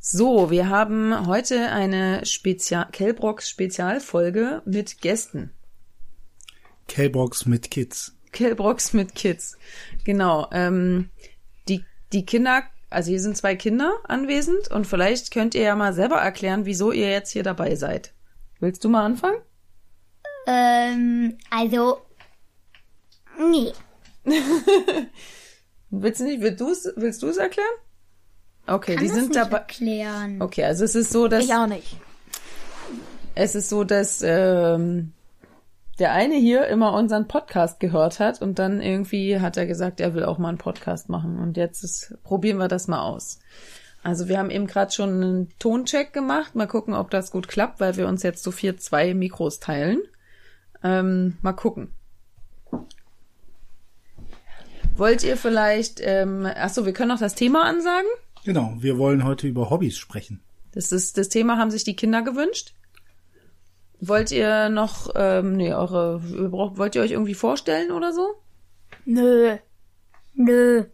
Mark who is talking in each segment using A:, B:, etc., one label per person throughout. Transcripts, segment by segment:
A: So, wir haben heute eine Spezia Kellbrox Spezialfolge mit Gästen.
B: Kellbox mit Kids.
A: Kellbrox mit Kids. Genau. Ähm, die, die Kinder, also hier sind zwei Kinder anwesend und vielleicht könnt ihr ja mal selber erklären, wieso ihr jetzt hier dabei seid. Willst du mal anfangen?
C: Ähm, also. Nee.
A: Willst du nicht, willst du es willst du's erklären? Okay,
C: Kann
A: die
C: das
A: sind
C: nicht
A: dabei.
C: Erklären.
A: Okay, also es ist so, dass
D: Ich auch nicht.
A: es ist so, dass ähm, der eine hier immer unseren Podcast gehört hat und dann irgendwie hat er gesagt, er will auch mal einen Podcast machen und jetzt ist, probieren wir das mal aus. Also wir haben eben gerade schon einen Toncheck gemacht, mal gucken, ob das gut klappt, weil wir uns jetzt so vier zwei Mikros teilen. Ähm, mal gucken. Wollt ihr vielleicht, ähm, ach so, wir können noch das Thema ansagen.
B: Genau, wir wollen heute über Hobbys sprechen.
A: Das ist das Thema, haben sich die Kinder gewünscht. Wollt ihr noch, ähm, nee, eure, ihr braucht- wollt ihr euch irgendwie vorstellen oder so?
D: Nö.
C: Nö.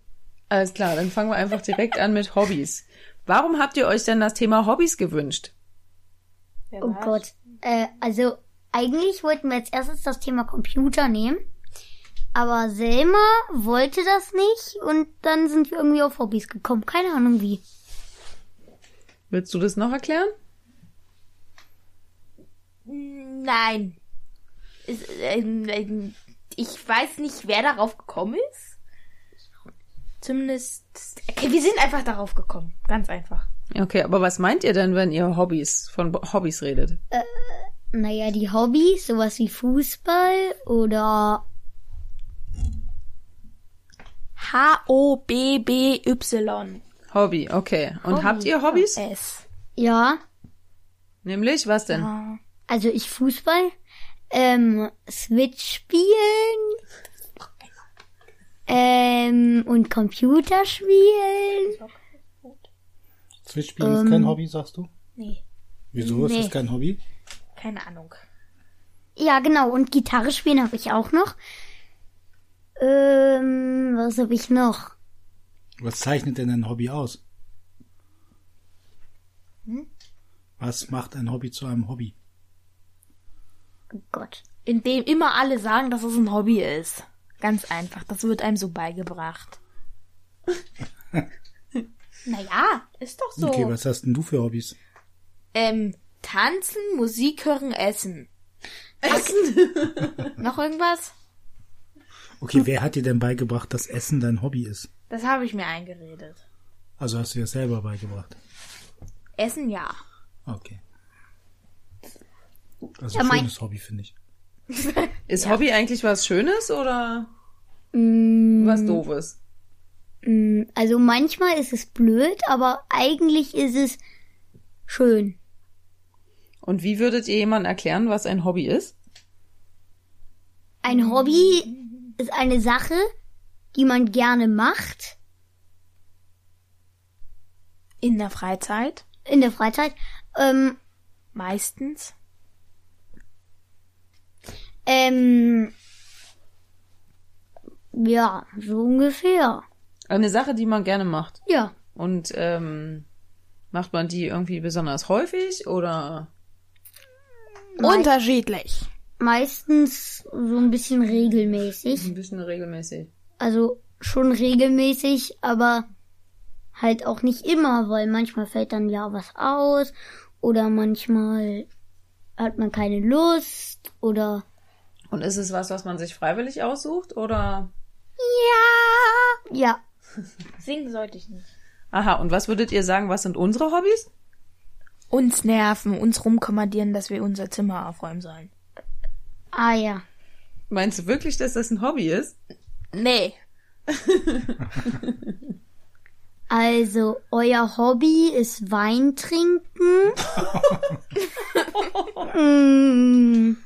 A: Alles klar, dann fangen wir einfach direkt an mit Hobbys. Warum habt ihr euch denn das Thema Hobbys gewünscht?
C: Oh Gott. Äh, also, eigentlich wollten wir als erstes das Thema Computer nehmen. Aber Selma wollte das nicht und dann sind wir irgendwie auf Hobbys gekommen. Keine Ahnung wie.
A: Willst du das noch erklären?
D: Nein. Es- ähm, ähm, Ich weiß nicht, wer darauf gekommen ist. Zumindest. Okay, wir sind einfach darauf gekommen. Ganz einfach.
A: Okay, aber was meint ihr denn, wenn ihr Hobbys, von Bo- Hobbys redet?
C: Naja, die Hobbys, sowas wie Fußball oder
D: H-O-B-B-Y.
A: Hobby, okay. Und habt ihr Hobbys?
D: S.
C: ja,
A: Nämlich, was denn?
C: also ich Fußball, ähm, Switch spielen, ähm, und Computer spielen.
B: Switchspielen ist kein Hobby, sagst du?
D: Nee,
B: Wieso ist
C: Ähm, Nee.
B: das kein Hobby?
D: keine Ahnung.
C: Ja, genau, und Gitarre spielen habe ich auch noch. Ähm, was habe ich noch?
B: Was zeichnet denn ein Hobby aus?
C: Hm?
B: Was macht ein Hobby zu einem Hobby?
C: Oh Gott.
D: In dem immer alle sagen, dass es ein Hobby ist. Ganz einfach. Das wird einem so beigebracht. naja, ist doch so.
B: Okay, was hast denn du für Hobbys?
D: Ähm, tanzen, Musik hören, essen.
A: Essen?
D: Noch irgendwas?
C: Hm.
B: Okay, wer hat dir denn beigebracht, dass Essen dein Hobby ist?
D: Das habe ich mir eingeredet.
B: Also hast du dir das selber beigebracht.
D: Essen ja.
B: Okay. Also
C: Ja, mein-
B: schönes Hobby, finde ich.
A: Ist Hobby eigentlich was Schönes oder was Doofes?
C: Mm, Also manchmal ist es blöd, aber eigentlich ist es schön.
A: Und wie würdet ihr jemandem erklären, was ein Hobby ist?
C: Ein Hobby ist eine Sache, die man gerne macht
D: In der Freizeit.
C: in der Freizeit. Ähm,
D: Meistens.
C: ähm, ja, so ungefähr.
A: Eine Sache, die man gerne macht.
C: Ja,
A: Und ähm, macht man die irgendwie besonders häufig oder?
D: Unterschiedlich.
C: meistens so ein bisschen regelmäßig.
A: Ein bisschen regelmäßig.
C: Also schon regelmäßig, aber halt auch nicht immer, weil manchmal fällt dann ja was aus oder manchmal hat man keine Lust oder
A: Und ist es was, was man sich freiwillig aussucht oder?
C: ja,
D: Singen sollte ich nicht.
A: Aha, und was würdet ihr sagen, was sind unsere Hobbys?
D: Uns nerven, uns rumkommandieren, dass wir unser Zimmer aufräumen sollen.
C: ah ja.
A: Meinst du wirklich, dass das ein Hobby ist?
D: Nee.
C: Also euer Hobby ist Wein trinken. mm,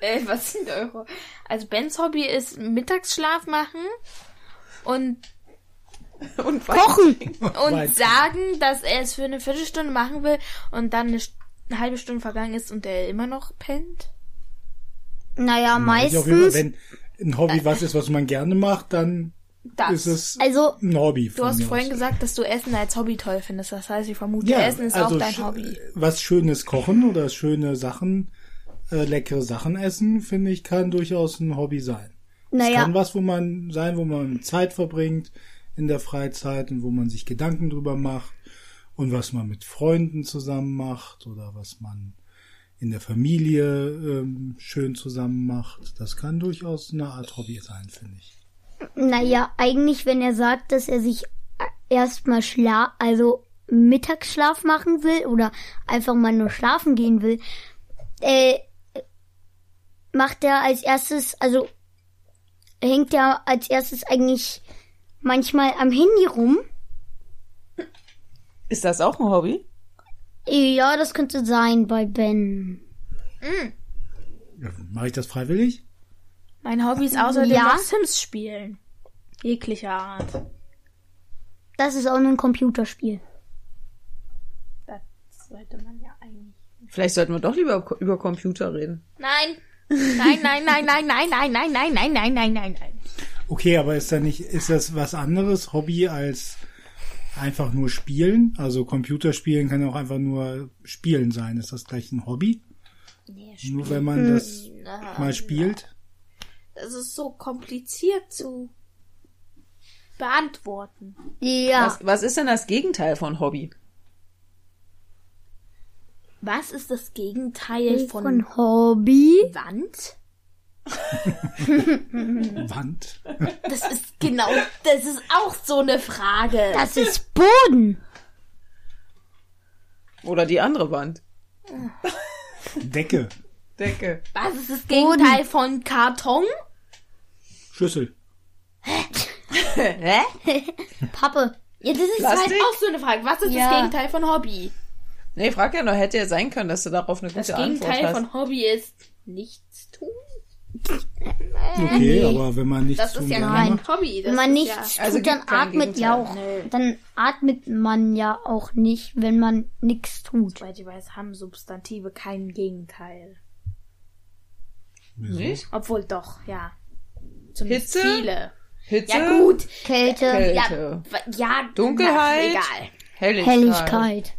D: Äh, was sind eure? Also Bens Hobby ist Mittagsschlaf machen und,
A: Und Kochen!
D: und
B: Weiter.
D: sagen, dass er es für eine Viertelstunde machen will und dann eine, St- eine halbe Stunde vergangen ist und er immer noch pennt.
C: naja,
B: Hab ich auf jeden Fall,
C: meistens.
B: Wenn ein Hobby was ist, was man gerne macht, dann
D: Äh. Das.
B: ist es
C: Also,
B: ein Hobby von
D: Du hast
B: mir
D: vorhin
B: aus.
D: gesagt, dass du Essen als Hobby toll findest. Das heißt, ich vermute,
B: ja,
D: Essen ist
B: also
D: auch dein
B: sch-
D: Hobby.
B: Was schönes Kochen oder schöne Sachen, äh, leckere Sachen essen, finde ich, kann durchaus ein Hobby sein. Es
C: naja,
B: kann was, wo man sein, wo man Zeit verbringt in der Freizeit und wo man sich Gedanken drüber macht und was man mit Freunden zusammen macht oder was man in der Familie ähm, schön zusammen macht. Das kann durchaus eine Art Hobby sein, finde ich.
C: naja, eigentlich, wenn er sagt, dass er sich äh, erstmal schla, also Mittagsschlaf machen will oder einfach mal nur schlafen gehen will, äh, macht er als erstes, also hängt er als erstes eigentlich manchmal am Handy rum.
A: Ist das auch ein Hobby?
C: Ja, das könnte sein bei Ben.
B: Ja, Mache ich das freiwillig?
D: Mein Hobby ist außerdem
C: Ja.
D: noch Sims spielen. Jeglicher Art.
C: Das ist auch nur ein Computerspiel.
D: Das sollte man ja eigentlich.
A: Vielleicht sollten wir doch lieber ko- über Computer reden.
D: Nein. Nein, nein, nein, nein, nein, nein, nein, nein, nein, nein, nein, nein, nein.
B: Okay, aber ist da nicht, ist das was anderes Hobby als einfach nur spielen? Also Computerspielen kann ja auch einfach nur spielen sein. Ist das gleich ein Hobby?
D: Nee,
B: Nur wenn man das mal spielt?
D: Das ist so kompliziert zu beantworten.
C: Ja.
A: Was, was ist denn das Gegenteil von Hobby?
D: Was ist das Gegenteil von,
C: Von Hobby?
D: Wand?
B: Wand?
D: Das ist genau, das ist auch so eine Frage.
C: Das ist Boden.
A: Oder die andere Wand?
B: Decke?
A: Decke.
D: Was ist das Gegenteil von Karton?
B: Schlüssel?
A: Hä?
C: Pappe.
D: Ja, das ist
A: Plastik?
D: halt auch so eine Frage. Was ist
C: Ja.
D: das Gegenteil von Hobby?
A: Nee, frag ja nur, hätte ja sein können, dass du darauf eine
D: Das
A: gute Antwort
D: Gegenteil
A: hast.
D: von Hobby ist nichts tun.
B: Okay, aber wenn man nichts
D: Äh, Das
B: tun ne?
D: ist ja
B: gerne
C: nein.
B: macht.
D: kein Hobby. Das
C: Wenn man
D: ist
C: nichts
A: Also
C: tut, dann
A: gibt kein
C: atmet ja auch.
D: Gegenteil. Nee.
C: Dann atmet man ja auch nicht, wenn man nichts tut.
D: Soweit ich weiß, haben Substantive kein Gegenteil.
A: Nicht?
D: Obwohl doch, ja. Zumindest
A: Hitze?
D: viele.
A: Hitze,
D: Ja gut.
C: Kälte,
A: Kälte,
D: Ja, w- ja
A: Dunkelheit.
D: na, egal.
A: Helligkeit,
C: Helligkeit.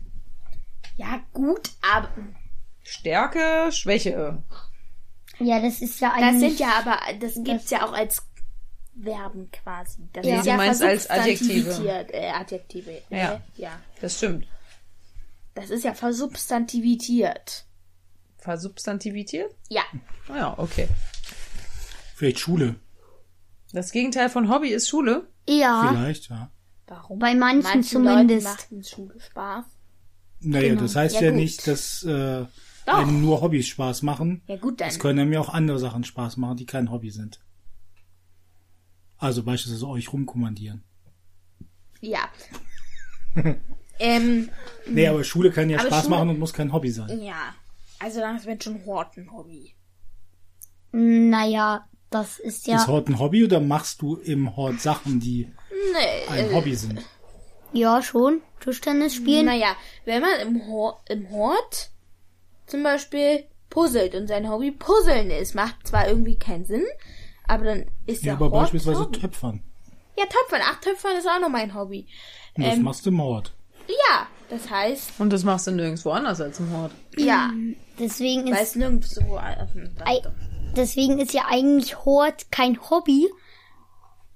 D: Ja gut, aber
A: Stärke, Schwäche.
C: Ja, das ist ja
D: das
C: eigentlich.
D: sind ja aber das gibt's ja auch als Verben quasi. Das
C: Ja.
D: ist
C: Nee, du
D: ja
A: meinst als
D: versubstantiviert, Äh, Adjektive. ne?
A: Ja.
D: ja.
A: Das stimmt.
D: Das ist ja versubstantivitiert.
A: Versubstantivitiert?
D: Ja.
A: Ah ja, okay.
B: Vielleicht Schule?
A: Das Gegenteil von Hobby ist Schule.
D: Ah.
C: ja,
B: Vielleicht, ja.
D: Warum?
C: Bei manchen
D: Leuten
C: zumindest.
D: macht es Schule Spaß.
B: Naja, das heißt
D: Genau. Ja,
B: ja,
D: gut.
B: nicht, dass äh,
D: Doch.
B: einem nur Hobbys Spaß machen.
D: Ja gut, dann.
B: Es können einem ja auch andere Sachen Spaß machen, die kein Hobby sind. Also beispielsweise euch rumkommandieren.
D: Ja. ähm,
B: Nee, aber Schule kann ja
D: Aber
B: Spaß
D: Schule-
B: machen und muss kein Hobby sein.
D: ja. Also dann ist es schon Horten-Hobby.
C: naja, das ist ja.
B: Ist Hort ein Hobby oder machst du im Hort Sachen, die
D: Nee.
B: ein Hobby sind?
C: ja, schon. Tischtennis spielen.
D: Naja, wenn man im, Hor im Hort zum Beispiel puzzelt und sein Hobby Puzzeln ist, macht zwar irgendwie keinen Sinn, aber dann ist
B: Ja,
D: ja
B: aber
D: Hort
B: beispielsweise
D: Hobby.
B: Töpfern.
D: Ja, Töpfern. Ach, Töpfern ist auch noch mein Hobby.
B: Und das
D: Ähm.
B: machst du im Hort.
D: Ja, das heißt,
A: Und das machst du nirgendwo anders als im Hort.
D: ja,
C: Deswegen
D: weil
C: ist
D: es nirgendwo ähm, das
C: Ei-
D: doch-
C: deswegen ist ja eigentlich Hort kein Hobby,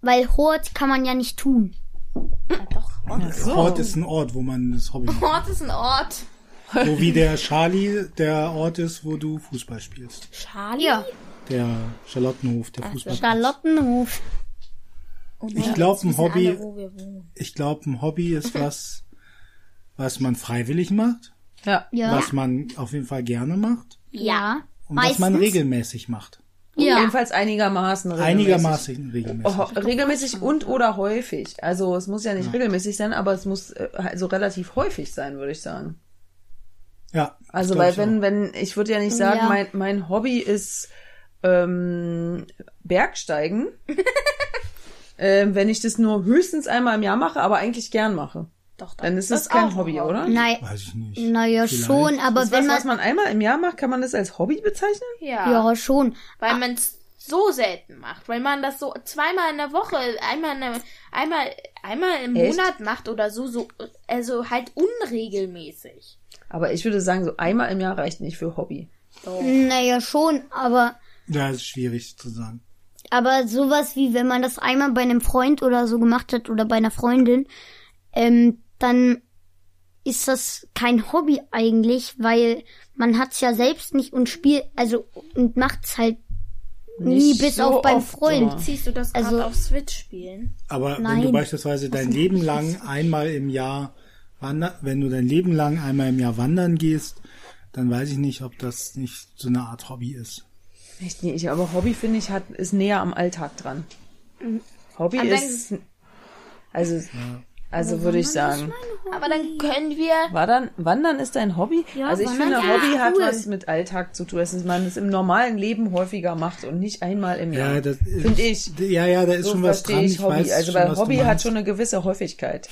C: weil Hort kann man ja nicht tun.
D: ja, doch. Hort.
B: Hort ist ein Ort, wo man das Hobby macht.
D: Hort ist ein Ort.
B: So wie der Charlie der Ort ist, wo du Fußball spielst.
D: Charlie?
C: Ja.
B: Der Charlottenhof, der Fußballplatz.
C: Charlottenhof.
D: Oh
B: Ich
D: nein,
B: glaub,
D: jetzt
B: ein
D: wissen
B: Hobby-
D: alle, wo wir wohnen.
B: Ich glaube, ein Hobby ist
C: Mhm.
B: was, was man freiwillig macht,
A: Ja.
C: Ja.
B: was man auf jeden Fall gerne macht
C: Ja.
B: und was man regelmäßig macht.
A: ja.
C: Ja.
A: Jedenfalls einigermaßen. regelmäßig.
B: Einigermaßen regelmäßig.
A: Oh, regelmäßig und oder häufig. Also es muss ja nicht regelmäßig sein, aber es muss äh, also relativ häufig sein, würde ich sagen.
B: Ja. das
A: Also
B: glaub
A: weil
B: ich
A: wenn,
B: auch.
A: wenn, ich würde ja nicht sagen,
C: Ja.
A: mein, mein Hobby ist ähm, Bergsteigen, ähm, wenn ich das nur höchstens einmal im Jahr mache, aber eigentlich gern mache.
D: Doch, doch.
A: Dann ist
D: Das
A: das, kein
D: auch
A: Hobby,
D: ein Hobby.
A: oder?
C: Nein.
B: Weiß ich nicht.
C: Naja,
B: Vielleicht.
C: schon, aber
A: Das ist was,
C: wenn man,
A: was man einmal im Jahr macht, kann man das als Hobby bezeichnen?
D: Ja.
C: Ja, schon.
D: Weil man es so selten macht, weil man das so zweimal in der Woche, einmal in der, einmal einmal im
A: Echt?
D: Monat macht oder so so also halt unregelmäßig.
A: Aber ich würde sagen, so einmal im Jahr reicht nicht für Hobby.
C: Naja, schon, aber,
B: Ja, ist schwierig zu sagen.
C: aber sowas wie, wenn man das einmal bei einem Freund oder so gemacht hat oder bei einer Freundin, ähm, dann ist das kein Hobby eigentlich, weil man hat's ja selbst nicht und spielt, also, und macht's halt nie
A: Nicht
C: bis
A: so
C: auf beim
A: oft,
C: Freund.
A: aber-
D: Siehst du das gerade
C: Also-
D: auf Switch spielen?
B: Aber wenn
C: Nein.
B: du beispielsweise dein Leben lang einmal im Jahr wandern, wenn du dein Leben lang einmal im Jahr wandern gehst, dann weiß ich nicht, ob das nicht so eine Art Hobby ist.
A: Echt nicht, aber Hobby finde ich hat, ist näher am Alltag dran. Hobby
D: Aber dann-
A: ist, also, also würde ich sagen.
D: Aber dann können wir
A: War dann, Wandern ist dein Hobby?
C: Ja,
A: also ich finde,
C: Wandern ist
A: Hobby
C: echt
A: hat
C: cool.
A: was mit Alltag zu tun, dass man es im normalen Leben häufiger macht und nicht einmal im Jahr.
B: Ja, das ist-
A: Finde ich.
B: Ja, ja, da ist
A: So
B: schon was
A: verstehe
B: dran.
A: ich
B: Ich
A: Hobby.
B: weiß
A: also
B: schon,
A: weil
B: was
A: Hobby
B: du
A: hat
B: meinst.
A: schon eine gewisse Häufigkeit.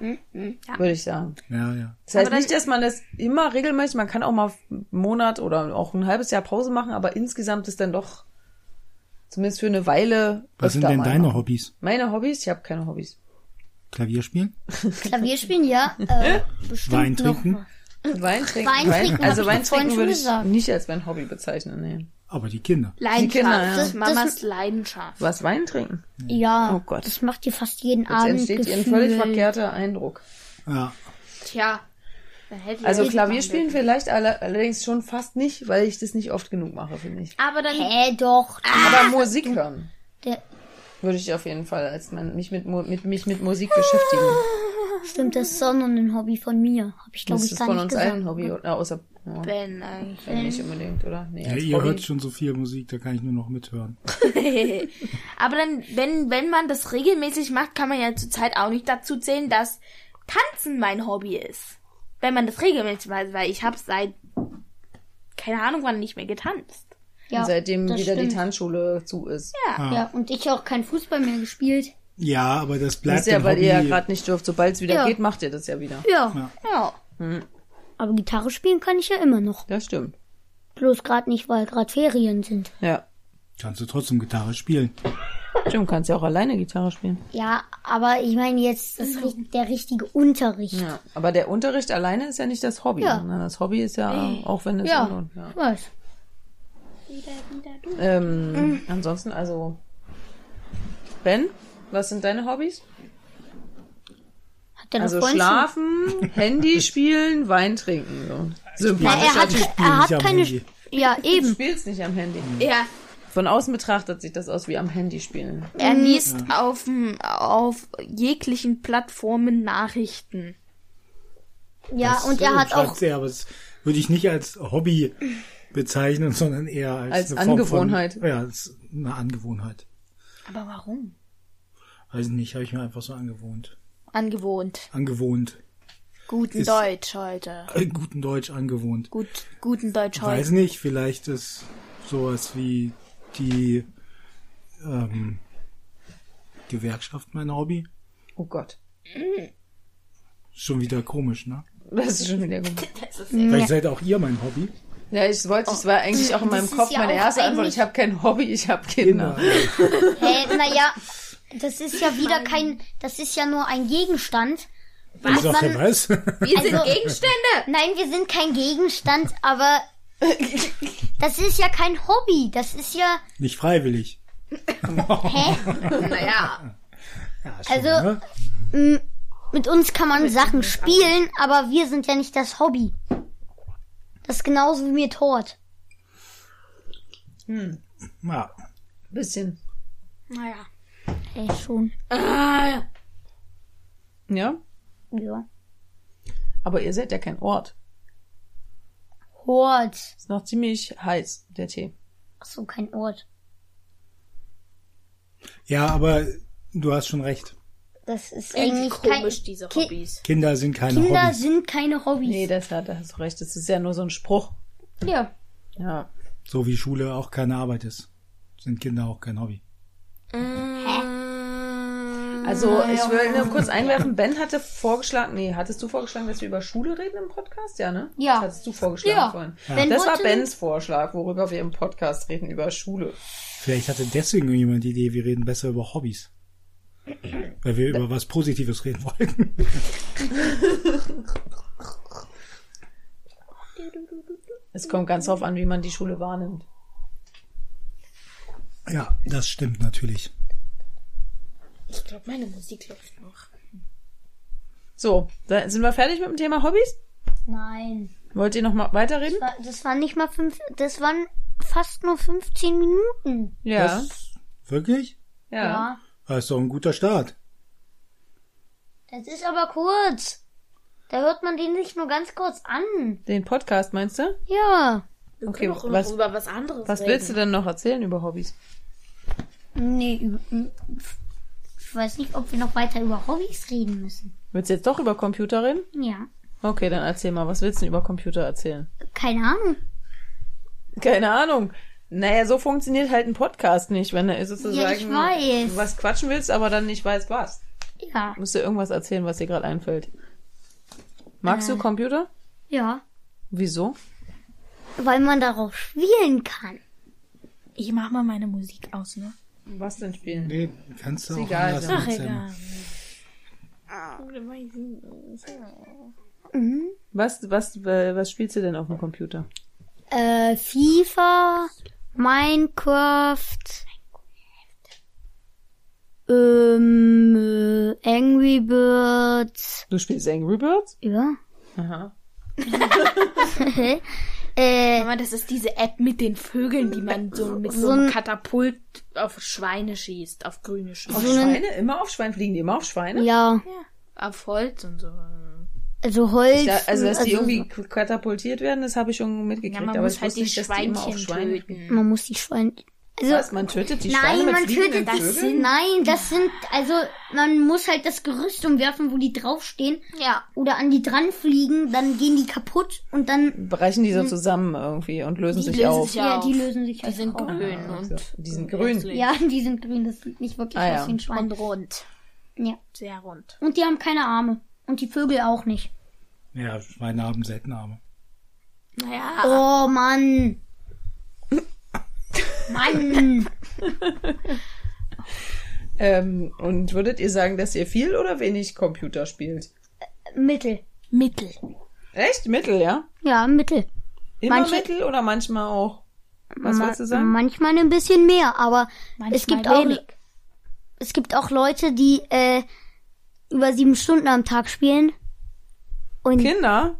A: Würde ich sagen.
B: Ja, ja.
A: Das heißt nicht, dass man das immer regelmäßig, man kann auch mal einen Monat oder auch ein halbes Jahr Pause machen, aber insgesamt ist dann doch zumindest für eine Weile.
B: Was sind
A: öfter
B: denn
A: mal
B: deine
A: machen.
B: Hobbys?
A: Meine Hobbys? Ich habe keine Hobbys.
B: Klavier spielen?
C: Klavier spielen, ja, äh, bestimmt
B: Wein
C: noch.
B: trinken?
A: Wein trinken.
C: Hm, Wein trinken hab
A: also
C: ich
A: Wein
C: doch vorhin
A: trinken
C: schon
A: würde ich
C: gesagt.
A: nicht als mein Hobby bezeichnen. Nee.
B: Aber die Kinder.
D: Leidenschaft,
A: Kinder, ja.
D: das
C: Das-
D: ist Mamas Leidenschaft.
A: Was Wein trinken?
C: Ja,
A: Oh Gott.
C: das macht ihr fast jeden
A: Jetzt
C: Abend.
A: entsteht hier ein
C: gefühlt.
A: völlig verkehrter Eindruck.
B: Ja.
D: Tja, dann hätte ich
A: Also
D: jetzt
A: Klavierspielen
D: mal-
A: vielleicht alle, allerdings schon fast nicht, weil ich das nicht oft genug mache, finde ich.
D: Aber dann
C: Hä, doch.
A: Aber Musik hören
C: Der,
A: würde ich auf jeden Fall, als man mich mit, Mu- mit, mich mit Musik beschäftigen.
C: stimmt, das ist sondern ein Hobby von mir. Hab ich, glaube
A: Das
C: ich,
A: ist
C: gar
A: von
C: nicht
A: uns
C: gesagt.
A: allen Hobby, oder? außer ja,
D: Ben äh, eigentlich.
A: Ben nicht unbedingt, oder? Nee,
B: ja
A: als
B: ihr
A: Hobby.
B: hört schon so viel Musik, da kann ich nur noch mithören.
D: Aber dann, wenn, wenn man das regelmäßig macht, kann man ja zurzeit auch nicht dazu zählen, dass Tanzen mein Hobby ist. Wenn man das regelmäßig macht, weil ich habe seit keine Ahnung wann nicht mehr getanzt.
C: Ja,
A: Und seitdem
C: das
A: wieder
C: stimmt.
A: die Tanzschule zu ist.
D: Ja.
B: Ah.
C: Ja, und ich auch kein Fußball mehr gespielt.
B: Ja, aber das
A: Das
B: bleibt
A: ist ja,
B: ein
A: weil
B: Hobby.
A: ihr ja gerade nicht dürft. Sobald es wieder
C: Ja.
A: geht, macht ihr das ja wieder.
C: Ja,
B: Ja.
D: Ja.
C: aber Gitarre spielen kann ich ja immer noch.
A: Das stimmt.
C: Bloß gerade nicht, weil gerade Ferien sind.
A: Ja.
B: Kannst du trotzdem Gitarre spielen.
A: Stimmt, kannst ja auch alleine Gitarre spielen.
C: Ja, aber ich meine jetzt ist ri- der richtige Unterricht.
A: Ja. Aber der Unterricht alleine ist ja nicht das Hobby.
C: Ja.
A: Ne? Das Hobby ist ja, auch wenn es
C: Ja,
A: und- ja.
C: ich weiß. Mm.
A: Ähm, Ansonsten, also. Ben, was sind deine Hobbys?
C: Hat er
A: Also
C: noch Freunde?
A: schlafen, Handy spielen, Wein trinken. So.
C: Na, er
A: Sympathisch.
C: hat,
B: Ich spiele
C: er
B: nicht
C: hat
B: am
C: keine...
B: Handy.
C: Ja,
A: Du
C: eben.
A: spielst nicht am Handy.
D: Ja.
A: Von außen betrachtet sieht das aus wie am Handy spielen.
D: Er liest auf, auf jeglichen Plattformen Nachrichten.
C: Ja,
B: Das
C: und er hat auch...
B: umschreibt's eher, aber das würde ich nicht als Hobby bezeichnen, sondern eher als,
A: Als
B: eine Form
A: Angewohnheit.
B: Von, ja, als eine Angewohnheit.
D: Aber warum?
B: Weiß ich nicht, habe ich mir einfach so angewohnt.
D: Angewohnt.
B: Angewohnt.
D: Guten
B: Ist-
D: Deutsch heute.
B: Äh, guten Deutsch angewohnt.
D: Gut, guten Deutsch heute.
B: Weiß nicht, vielleicht ist sowas wie die ähm, Gewerkschaft mein Hobby.
A: Oh Gott.
B: Schon wieder komisch, ne?
A: Das ist schon wieder gut.
B: Vielleicht seid auch ihr mein Hobby.
A: Ja, ich wollte, es war eigentlich auch in meinem
C: ist
A: Kopf
C: ja
A: meine
C: auch
A: erste Antwort.
C: eigentlich-
A: Ich habe kein Hobby, ich habe
C: Genau.
A: Kinder.
B: Genau.
C: Hä, naja, das ist ja wieder kein, das ist ja nur ein Gegenstand.
B: Ich
C: Was
B: sage,
C: dann,
B: was?
D: Wir sind
C: Also-
D: Gegenstände.
C: nein, wir sind kein Gegenstand, aber das ist ja kein Hobby. Das ist ja,
B: nicht freiwillig.
D: Naja.
B: Ja, schon,
C: Also-
B: ne?
C: m, mit uns kann man Sachen spielen, aber wir sind ja nicht das Hobby. Das ist genauso wie mit Hort.
B: ja.
A: Bisschen.
D: Naja.
C: Äh, schon.
D: Ah,
A: Ja?
C: Ja.
A: Aber ihr seid ja kein Ort.
C: Hort.
A: Ist noch ziemlich heiß, der Tee.
C: Ach so, kein Ort.
B: ja, aber du hast schon recht.
C: Das ist
D: irgendwie
C: eigentlich
D: komisch,
C: kein,
D: diese
C: Ki-
D: Hobbys.
B: Kinder sind keine
C: Kinder
B: Hobbys.
C: sind keine Hobbys.
A: Nee, das hat, da hast du recht. Das ist ja nur so ein Spruch.
C: ja.
A: Ja.
B: So wie Schule auch
C: Mm,
B: keine Arbeit ist, sind Kinder auch kein Hobby.
A: Also ich will nur kurz einwerfen, Ben hatte vorgeschlagen, nee, hattest du vorgeschlagen, dass wir über Schule reden im Podcast? Ja, ne?
C: Ja.
A: Das hattest du vorgeschlagen
C: Ja.
A: vorhin.
C: Ben
A: das war
C: wollte-
A: Bens Vorschlag, worüber wir im Podcast reden, über Schule.
B: Vielleicht hatte deswegen jemand die Idee, wir reden besser über Hobbys. Weil wir über was Positives reden wollten.
A: Es kommt ganz drauf an, wie man die Schule wahrnimmt.
B: Ja, das stimmt natürlich.
D: Ich glaube, meine Musik läuft noch.
A: So, da sind wir fertig mit dem Thema Hobbys?
C: Nein.
A: Wollt ihr noch mal weiterreden?
C: Wa- Das waren nicht mal fünf, das waren fast nur 15 Minuten.
A: Ja.
B: Was? Wirklich?
A: ja.
B: Das ist doch ein guter Start.
C: Das ist aber kurz. Da hört man den sich nur ganz kurz an.
A: Den Podcast meinst du?
C: Ja.
D: Wir
A: Okay,
D: können auch
A: was-
D: noch über was anderes
A: Was
D: reden.
A: willst du denn noch erzählen über Hobbys?
C: Nee, über- ich weiß nicht, ob wir noch weiter über Hobbys reden müssen.
A: Willst du jetzt doch über Computer reden?
C: Ja.
A: Okay, dann erzähl mal, was willst du denn über Computer erzählen?
C: Keine Ahnung.
A: Keine Ahnung. Naja, so funktioniert halt ein Podcast nicht, wenn du
C: Ja, ich
A: sozusagen
C: weiß.
A: was quatschen willst, aber dann nicht weißt was.
C: Ja.
A: Musst du irgendwas erzählen, was dir gerade einfällt. Magst du Computer?
C: Ja.
A: Wieso?
C: Weil man darauf spielen kann.
D: Ich mach mal meine Musik aus, ne?
A: Was denn spielen?
B: Nee, kannst du auch
A: egal,
B: anders
A: dann-
D: Ach,
B: erzählen.
D: egal.
A: Was, was, äh, was spielst du denn auf dem Computer?
C: Äh, FIFA, Minecraft, ähm, äh, Angry Birds,
A: Du spielst Angry Birds?
C: ja.
A: Aha.
C: Äh,
D: Aber das ist diese App mit den Vögeln, die man so mit so
C: So
D: einem
C: ein-
D: Katapult auf Schweine schießt, auf grüne
A: Auf
D: schießt,
A: Schweine? Immer auf Schweine? Fliegen die immer auf Schweine?
C: ja,
D: auf Holz und so.
C: also Holz.
A: Ja, also, dass die
C: also
A: irgendwie k- katapultiert werden, das habe ich schon mitgekriegt.
D: Ja, man
A: aber
D: muss
A: ich
D: halt
A: wusste
D: die
A: nicht, dass die immer auf
D: Schweinchen
A: Schweine fliegen.
D: töten.
C: Man muss die Schweine. Also,
A: Was? Man tötet die Schweine
C: nein,
A: mit
C: man
A: fliegenden
C: tötet das.
A: Vögeln?
C: Sind, nein, das sind, also, man muss halt das Gerüst umwerfen, wo die draufstehen.
D: Ja.
C: Oder an die dran fliegen, dann gehen die kaputt und dann,
A: Brechen die so zusammen irgendwie und lösen sich
D: lösen
A: auf.
D: sich
C: ja,
D: auf.
C: Hm. die lösen sich halt
D: Die sind
C: auf.
D: grün
A: Ah,
D: und
A: so. Die sind grün.
D: plötzlich.
C: Ja, die sind grün, das sieht nicht wirklich
A: Ah,
C: aus
A: ja.
C: wie ein Schwein.
D: Und rund.
C: Ja.
D: Sehr rund.
C: Und die haben keine Arme. Und die Vögel auch nicht.
B: Ja, Schweine haben selten Arme.
D: Naja,
C: Oh Mann.
D: Oh,
C: Mann.
A: Ähm, und würdet ihr sagen, dass ihr viel oder wenig Computer spielt?
C: Mittel.
D: Mittel.
A: Echt? Mittel, ja?
C: Ja, Mittel.
A: Immer
C: Manche-
A: Mittel oder manchmal auch? Was wolltest du sagen?
C: Manchmal ein bisschen mehr, aber es gibt
D: wenig.
C: auch es gibt auch Leute, die äh, über sieben Stunden am Tag spielen. Und
A: Kinder?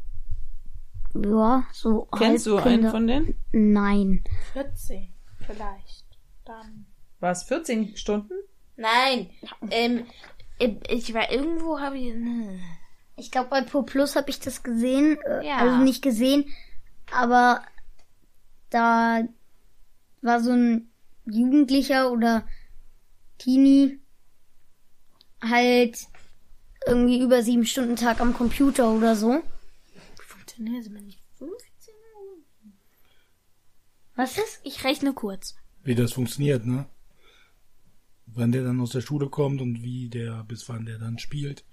C: ja, so
A: Kennst du einen
C: Halbkinder.
A: von denen?
C: Nein.
D: 14 vielleicht. Dann.
A: Was? 14 Stunden?
D: Nein, ähm, ich war irgendwo, habe ich... ne.
C: Ich glaube, bei Pro Plus habe ich das gesehen. äh,
D: Ja.
C: Also nicht gesehen, aber da war so ein Jugendlicher oder Teenie halt irgendwie über sieben Stunden Tag am Computer oder so.
D: Funktioniert es mir nicht. 15 Uhr?
C: Was ist?
D: Ich rechne kurz.
B: Wie das funktioniert, ne? Wann der dann aus der Schule kommt und wie der, bis wann der dann spielt.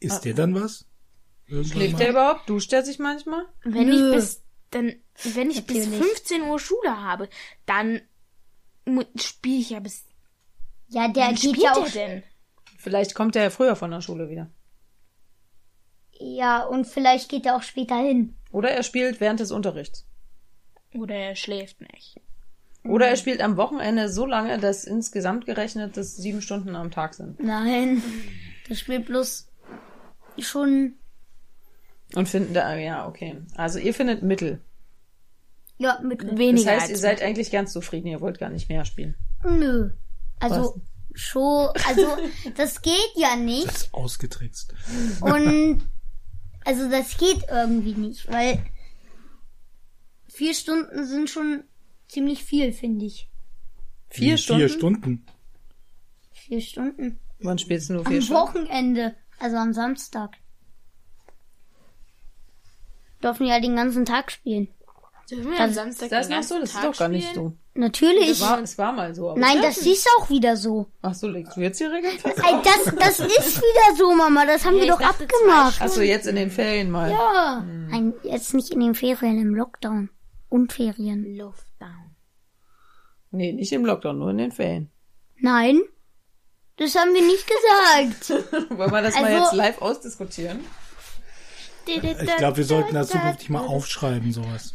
B: Ist der dann was? Irgendwann
A: Ah. Schläft
B: mal?
A: der überhaupt? Duscht er sich manchmal?
D: Wenn
C: Nö.
D: ich bis dann, wenn ich bis
C: Natürlich.
D: 15 Uhr Schule habe, dann spiele ich ja bis.
C: Ja, der
D: Wann
C: geht
D: spielt
C: ja
D: er
C: auch.
D: denn?
A: Vielleicht kommt er ja früher von der Schule wieder.
C: Ja, und vielleicht geht er auch später hin.
A: Oder er spielt während des Unterrichts.
D: Oder er schläft nicht.
A: Oder
C: Mhm.
A: er spielt am Wochenende so lange, dass insgesamt gerechnet das sieben Stunden am Tag sind.
C: Nein. Der spielt bloß schon.
A: Und finden da, ja, okay. Also ihr findet Mittel.
C: Ja, mit
A: Das
D: Weniger
A: heißt, ihr
D: als
A: seid eigentlich ganz zufrieden, ihr wollt gar nicht mehr spielen.
C: Nö. Also schon, also das geht ja
B: Das
C: nicht
B: ist ausgetrickst.
C: und also das geht irgendwie nicht, weil vier Stunden sind schon ziemlich viel, finde ich.
A: Vier
B: Wie,
A: Stunden?
B: Vier Stunden.
C: Vier Stunden.
A: Wann spielst du nur vier
C: Am
A: Stunden?
C: Wochenende, also am Samstag. Dürfen ja den ganzen Tag spielen.
D: Sollen wir
C: Dann
D: am Samstag
A: Ist das
D: den
A: noch so?
D: ganzen
A: Das ist
D: Tag
A: doch gar nicht
D: spielen?
A: so.
C: Natürlich.
A: War, es war mal so. aber-
C: Nein, das ist auch wieder so.
A: Ach so, legst du jetzt die Regeln fest?
C: Ey, das, das ist wieder so, Mama. Das haben wir
D: ich
C: doch
D: dachte,
C: abgemacht.
A: Ach so, jetzt in den Ferien mal.
C: Ja. Nein, Ah, jetzt nicht in den Ferien, im Lockdown. Und Ferien.
D: Luftdown.
A: Nee, nicht im Lockdown, nur in den Ferien.
C: Nein. Das haben wir nicht gesagt.
A: Wollen wir das mal
C: Also-
A: jetzt live ausdiskutieren?
B: Ich glaube, wir sollten das zukünftig mal aufschreiben, sowas.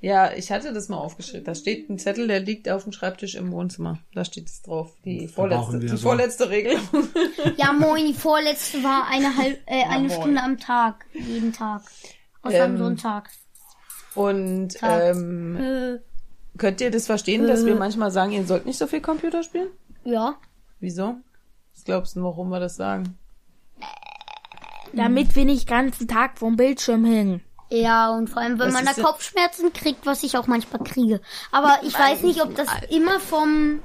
A: Ja, ich hatte das mal aufgeschrieben. Da steht ein Zettel, der liegt auf dem Schreibtisch im Wohnzimmer. Da steht es drauf. Die vorletzte,
B: brauchen wir
A: die
B: so.
A: vorletzte Regel.
C: Ja, moin, die vorletzte war eine halb, äh, eine
A: moin.
C: Stunde am Tag. Jeden Tag. Außer am
A: Ähm.
C: Sonntag.
A: Und
C: Tag.
A: ähm,
C: Äh,
A: könnt ihr das verstehen, dass wir manchmal sagen, ihr sollt nicht so viel Computer spielen?
C: ja.
A: Wieso? Was glaubst du, warum wir das sagen?
D: Damit wir nicht ganzen Tag vorm Bildschirm hängen.
C: Ja, und vor allem, wenn
A: Was
C: man da
A: ist denn-
C: Kopfschmerzen kriegt, was ich auch manchmal kriege. Aber ich weiß nicht, ob das immer vom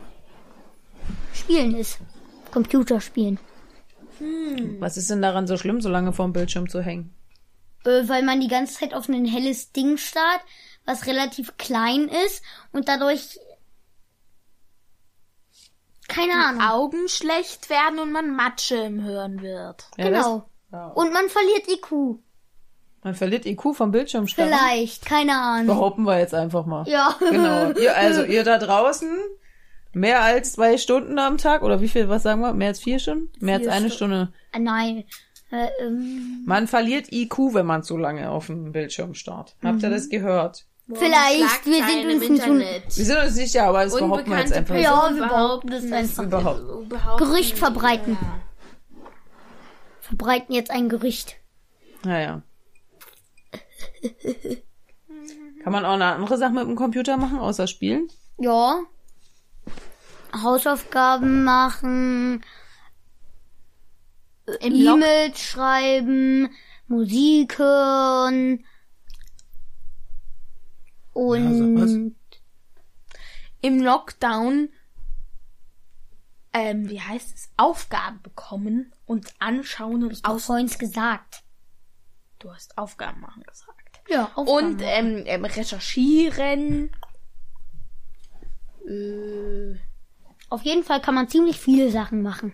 C: Spielen ist. Computerspielen.
A: Was ist denn daran so schlimm, so lange vorm Bildschirm zu hängen?
C: Äh, weil man die ganze Zeit auf ein helles Ding starrt, was relativ klein ist und dadurch. Keine
A: Hm.
C: Ahnung.
D: Augen schlecht werden und man Matsche im Hirn wird.
A: Ja,
C: genau.
A: Das,
C: Und man verliert IQ.
A: man verliert IQ vom Bildschirm
C: Vielleicht. Keine Ahnung.
A: Behaupten wir jetzt einfach mal.
C: Ja.
A: Genau. Ihr, also ihr da draußen, mehr als zwei Stunden am Tag oder wie viel, was sagen wir? Mehr als vier Stunden? Mehr
D: Vier
A: als eine
D: Stunden.
A: Stunde.
C: Äh, Nein. Äh, ähm,
A: Man verliert IQ, wenn man zu lange auf dem Bildschirm starrt. Habt ihr das gehört?
C: vielleicht. Wir sind uns
D: Schlagzeilen im
C: nicht un-
D: Internet.
A: Wir sind uns sicher, aber das behaupten wir jetzt
D: Unbekannte
A: einfach.
D: Personen
A: so.
C: Ja, wir behaupten es
D: das
C: einfach.
A: Überhaupt.
D: Überhaupt.
C: Gerücht verbreiten. verbreiten jetzt ein Gerücht.
A: Naja. Kann man auch eine andere Sache mit dem Computer machen, außer spielen?
C: Ja. Hausaufgaben machen,
D: Im Lock-
C: E-Mails schreiben, Musik hören
B: Ja, sag
C: und
D: im Lockdown ähm, wie heißt es, Aufgaben bekommen und anschauen und
C: auch
D: aus.
C: vorhin gesagt.
D: Du hast Aufgaben machen gesagt.
C: Ja, Aufgaben.
D: Und ähm, ähm, recherchieren. Äh,
C: auf jeden Fall kann man ziemlich viele Sachen machen.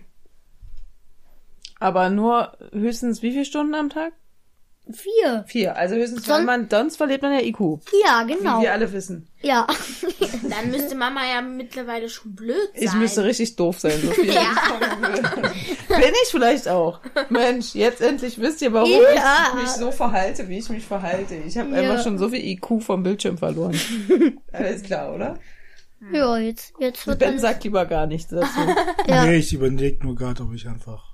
A: Aber nur höchstens wie viele Stunden am Tag?
C: Vier.
A: Vier. Also höchstens,
C: Son-
A: wenn man, sonst verliert man ja IQ.
C: Ja,
A: Wie
C: genau.
A: wir alle wissen.
C: Ja.
D: dann müsste Mama ja mittlerweile schon blöd sein.
A: Ich müsste richtig doof sein, so viel. Bin ich vielleicht auch. Mensch, jetzt endlich wisst ihr, warum
C: Ja.
A: ich mich so verhalte, wie ich mich verhalte. Ich habe
C: Ja.
A: einfach schon so viel IQ vom Bildschirm verloren. Alles klar, oder?
C: ja, jetzt, jetzt wird
A: Ben
C: alles.
A: sagt lieber gar nichts dazu.
C: Ja.
B: Nee, ich überlege nur gerade, ob ich einfach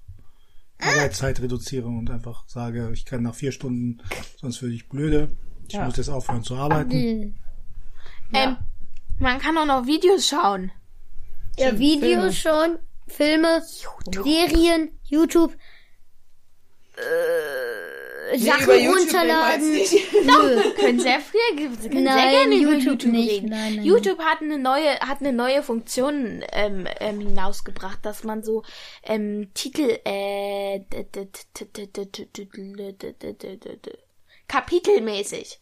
B: Arbeitszeit reduziere und einfach sage, ich kann nach vier Stunden, sonst würde ich blöde. Ich
A: Ja.
B: muss jetzt aufhören zu arbeiten.
D: Ähm, man kann auch noch Videos schauen.
C: Ja, Videos schon, Filme, Serien, YouTube. Äh, Sachen
A: über YouTube
C: runterladen.
A: jedenfalls nicht.
C: Nö.
D: Können sehr früher, können sehr
C: Nein,
D: gerne über
C: YouTube
D: YouTube
C: nicht.
D: reden.
C: Nein, nein,
D: YouTube hat eine neue, hat eine neue Funktion ähm, ähm, hinausgebracht, dass man so ähm, Titel, äh, d- d- d- d- d- d- d- d- d- d- d- d- d- kapitelmäßig,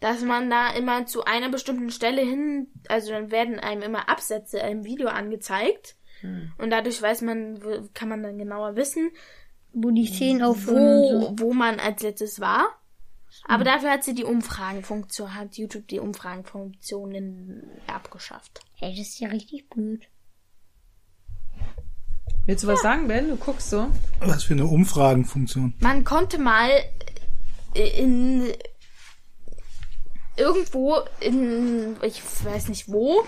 D: dass man da immer zu einer bestimmten Stelle hin, also dann werden einem immer Absätze im Video angezeigt
C: Hm.
D: und dadurch weiß man, wo- kann man dann genauer wissen,
C: Wo die Szenen aufhören und so.
D: wo, wo man als letztes war. Aber dafür hat sie die Umfragenfunktion, hat YouTube die Umfragenfunktionen abgeschafft.
C: Ey, das ist ja richtig blöd.
A: Willst du was sagen, Ben? Du guckst so.
B: Was für eine Umfragenfunktion.
D: Man konnte mal äh, in irgendwo in ich weiß nicht wo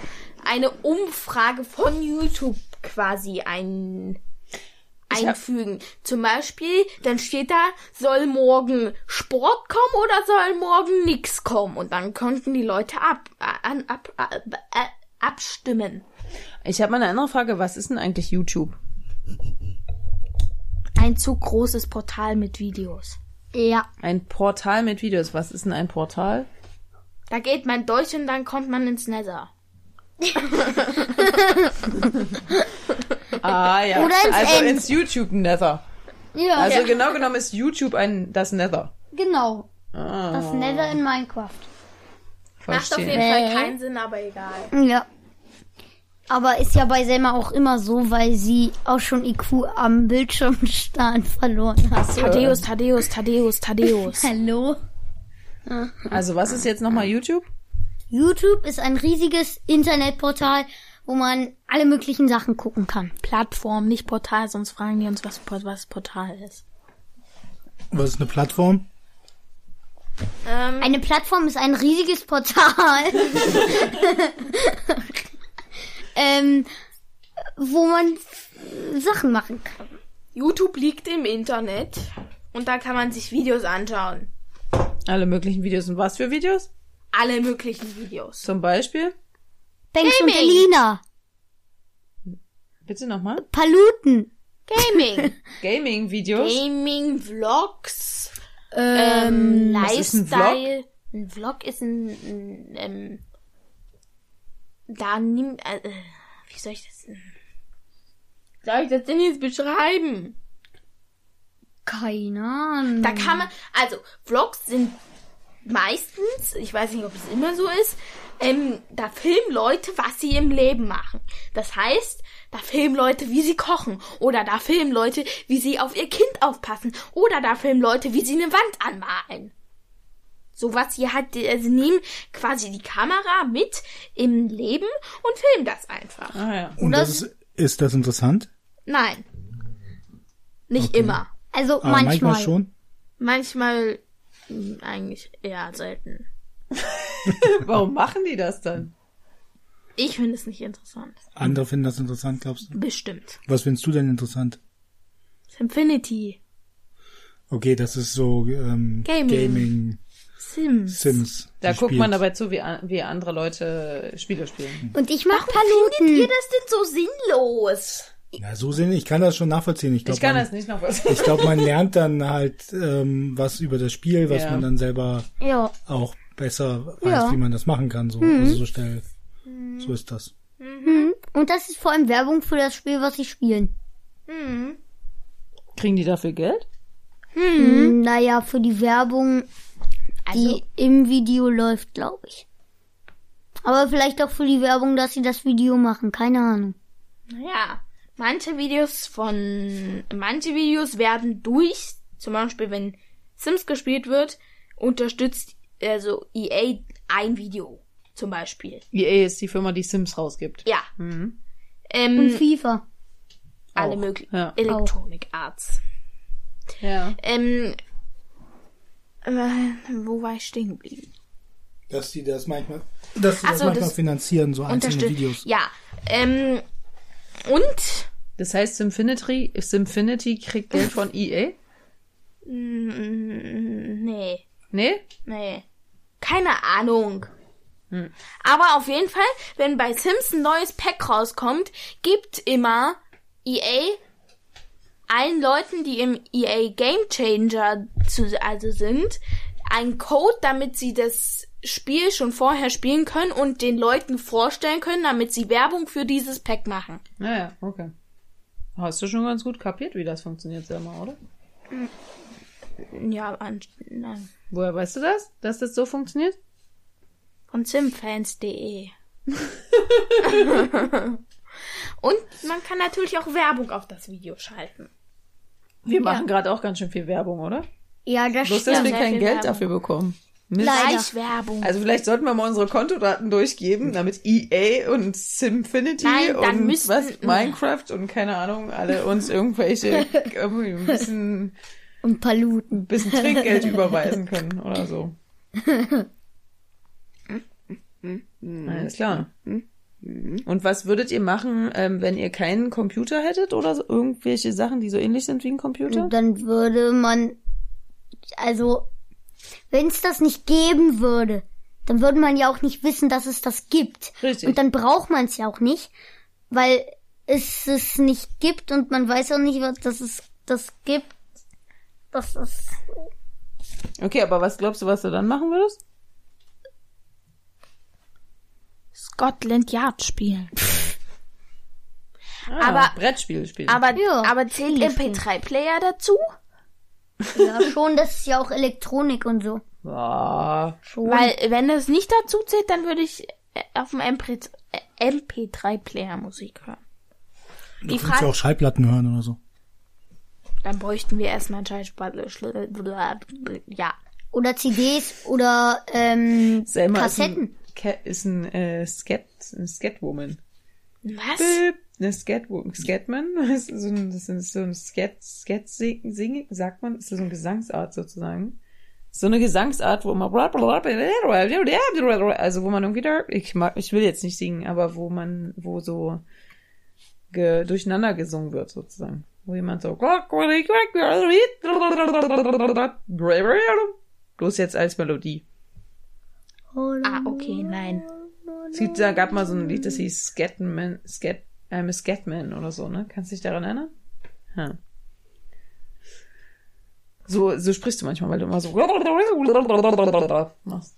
D: eine Umfrage von YouTube quasi ein
A: Ich hab-
D: einfügen. Zum Beispiel, dann steht da, soll morgen Sport kommen oder soll morgen nix kommen? Und dann konnten die Leute ab, an, ab, ab, äh, abstimmen.
A: Ich habe mal eine andere Frage. Was ist denn eigentlich YouTube?
D: Ein zu großes Portal mit Videos.
C: Ja.
A: Ein Portal mit Videos. Was ist denn ein Portal?
D: Da geht man durch und dann kommt man ins Nether.
A: Ah ja.
C: Oder ins
A: also
C: End.
A: ins YouTube-Nether.
C: Ja,
A: Also
C: ja.
A: genau genommen ist YouTube ein das Nether.
C: genau.
A: Ah,
C: Das Nether in Minecraft.
D: Macht auf jeden
A: verstehe.
D: Fall keinen Sinn, aber egal.
C: Ja. Aber ist ja bei Selma auch immer so, weil sie auch schon IQ am Bildschirmstand verloren hat.
D: Tadeus, Tadeus, Tadeus, Tadeus.
C: Hallo?
A: Also was ist jetzt nochmal YouTube?
C: YouTube ist ein riesiges Internetportal, wo man alle möglichen Sachen gucken kann.
D: Plattform, nicht Portal, sonst fragen die uns, was, was Portal ist.
B: Was ist eine Plattform?
D: Ähm,
C: Eine Plattform ist ein riesiges Portal, ähm, wo man Sachen machen kann.
D: YouTube liegt im Internet und da kann man sich Videos anschauen.
A: Alle möglichen Videos und was für Videos?
D: Alle möglichen Videos.
A: Zum Beispiel?
C: Banks und
D: Gaming.
C: Elina,
A: Bitte nochmal.
C: Paluten,
D: Gaming.
A: Gaming-Videos.
D: Gaming, Vlogs,
C: ähm,
A: was ist ein Vlog?
D: Lifestyle. Ein Vlog ist ein, ein ähm, da nimmt, äh, äh, wie soll ich das denn? Soll ich das denn jetzt beschreiben?
C: keine Ahnung.
D: Da kann man, also Vlogs sind meistens, ich weiß nicht, ob es immer so ist, ähm, da filmen Leute, was sie im Leben machen. Das heißt, da filmen Leute, wie sie kochen. Oder da filmen Leute, wie sie auf ihr Kind aufpassen. Oder da filmen Leute, wie sie eine Wand anmalen. Sowas hier hat, äh, sie nehmen quasi die Kamera mit im Leben und filmen das einfach.
A: Ah ja.
B: Und
C: Oder
B: das ist, ist das interessant?
D: Nein. Nicht immer.
C: also
B: Aber Ah,
C: manchmal.
B: manchmal schon.
D: Manchmal mh, eigentlich eher selten.
A: Warum machen die das dann?
D: Ich finde es nicht interessant.
B: Andere finden das interessant, glaubst du?
D: Bestimmt.
B: Was findest du denn interessant?
D: Simfinity.
B: Okay, das ist so ähm,
D: Gaming.
B: Gaming
D: Sims.
B: Sims.
A: Da
B: gespielt.
A: guckt man dabei zu, wie, an- wie andere Leute äh, Spiele spielen.
C: Und ich mach
D: Ihr
C: Paluten.
D: das denn so sinnlos?
B: Ja, so sehen, ich kann das schon nachvollziehen. Ich, glaub,
A: Ich kann
B: man,
A: das nicht noch was.
B: Ich glaube, man lernt dann halt ähm, was über das Spiel, was
A: Ja.
B: man dann selber
C: Ja.
B: auch besser weiß,
C: Ja.
B: wie man das machen kann. So, also so schnell. So ist das.
C: Mhm. Und das ist vor allem Werbung für das Spiel, was sie spielen.
A: Kriegen die dafür Geld?
C: Mhm. Naja, für die Werbung,
D: Also,
C: die im Video läuft, glaube ich. Aber vielleicht auch für die Werbung, dass sie das Video machen. Keine Ahnung.
D: naja, manche Videos von, manche Videos werden durch, zum Beispiel wenn Sims gespielt wird, unterstützt also EA ein Video. Zum Beispiel.
A: EA ist die Firma, die Sims rausgibt.
D: Ja.
A: Mhm.
C: Und
D: Ähm,
C: FIFA.
D: alle
A: auch.
D: möglichen.
A: Ja.
D: Electronic Arts.
A: Ja.
D: Ähm, äh, wo war ich stehen geblieben?
B: Dass die das manchmal, dass die
D: Ach
B: das
D: so,
B: manchmal
D: das
B: finanzieren, so einzelne
D: Unterstützt.
B: Videos.
D: Ja. Ähm, und
A: Das heißt, Simfinity, Simfinity kriegt Geld von E EA?
D: Mm, Nee,
A: Nee?
D: nee. Keine Ahnung. Hm. Aber auf jeden Fall, wenn bei Sims ein neues Pack rauskommt, gibt immer EA allen Leuten, die im EA Game Changer zu, also sind, einen Code, damit sie das Spiel schon vorher spielen können und den Leuten vorstellen können, damit sie Werbung für dieses Pack machen.
A: Naja, okay. Hast du schon ganz gut kapiert, wie das funktioniert, Selma, oder?
D: Ja, an, nein.
A: Woher weißt du das? Dass das so funktioniert?
D: Von simfans.de. Und man kann natürlich auch Werbung auf das Video schalten.
A: Wir machen gerade auch ganz schön viel Werbung, oder?
C: Ja, das
A: Bloß,
C: stimmt.
A: dass wir
D: sehr
A: kein
D: viel
A: Geld
D: Werbung.
A: dafür bekommen. Mist.
C: Leider.
D: Fleischwerbung.
A: Also vielleicht sollten wir mal unsere Kontodaten durchgeben, damit EA und Simfinity
D: Hm. Nein, dann
A: und
D: müssten- Hm.
A: was, Minecraft und keine Ahnung, alle uns irgendwelche irgendwie ein bisschen,
C: Und Paluten.
A: bisschen Trinkgeld überweisen können oder so. Alles klar. Und was würdet ihr machen, ähm, wenn ihr keinen Computer hättet oder so, irgendwelche Sachen, die so ähnlich sind wie ein Computer?
C: Dann würde man, also, wenn es das nicht geben würde, dann würde man ja auch nicht wissen, dass es das gibt.
A: Richtig.
C: Und dann braucht man es ja auch nicht, weil es es nicht gibt und man weiß auch nicht, was, dass es das gibt. Das ist,
A: Okay, aber was glaubst du, was du dann machen würdest?
D: Scotland Yard spielen.
A: Ah,
D: Aber-
A: Brettspiel spielen.
D: Aber,
C: Ja.
D: aber zählt MP3-Player dazu?
C: ja schon, das ist ja auch Elektronik und so.
A: Ah.
C: Schon.
D: Weil, wenn das nicht dazu zählt, dann würde ich äh, auf dem äh, MP3 MP3-Player Musik hören.
B: Du
D: Die
B: kannst
D: Frage,
B: ja auch Schallplatten hören oder so.
D: dann bräuchten wir erstmal einen Schallplatten. Ja.
C: Oder CDs oder ähm,
A: Selma
C: Kassetten.
A: Ist ein, Ke- ist ein äh, Skat, eine Skatwoman.
D: Was?
A: Bip, eine Skatwoman. Skatman? Das ist so ein, das ist so ein Skat, Skat sing, sing, sagt man, das ist so eine Gesangsart sozusagen. So eine Gesangsart, wo man, also wo man irgendwie, ich mag, ich will jetzt nicht singen, aber wo man, wo so ge, durcheinander gesungen wird sozusagen. Wo jemand so, bloß jetzt als Melodie.
D: Ah, okay, nein.
A: Es gibt, da gab mal so ein Lied, das hieß Scatman, Scat, I'm a Scatman oder so, ne? Kannst du dich daran erinnern? Hm. So, so sprichst du manchmal, weil du immer so machst.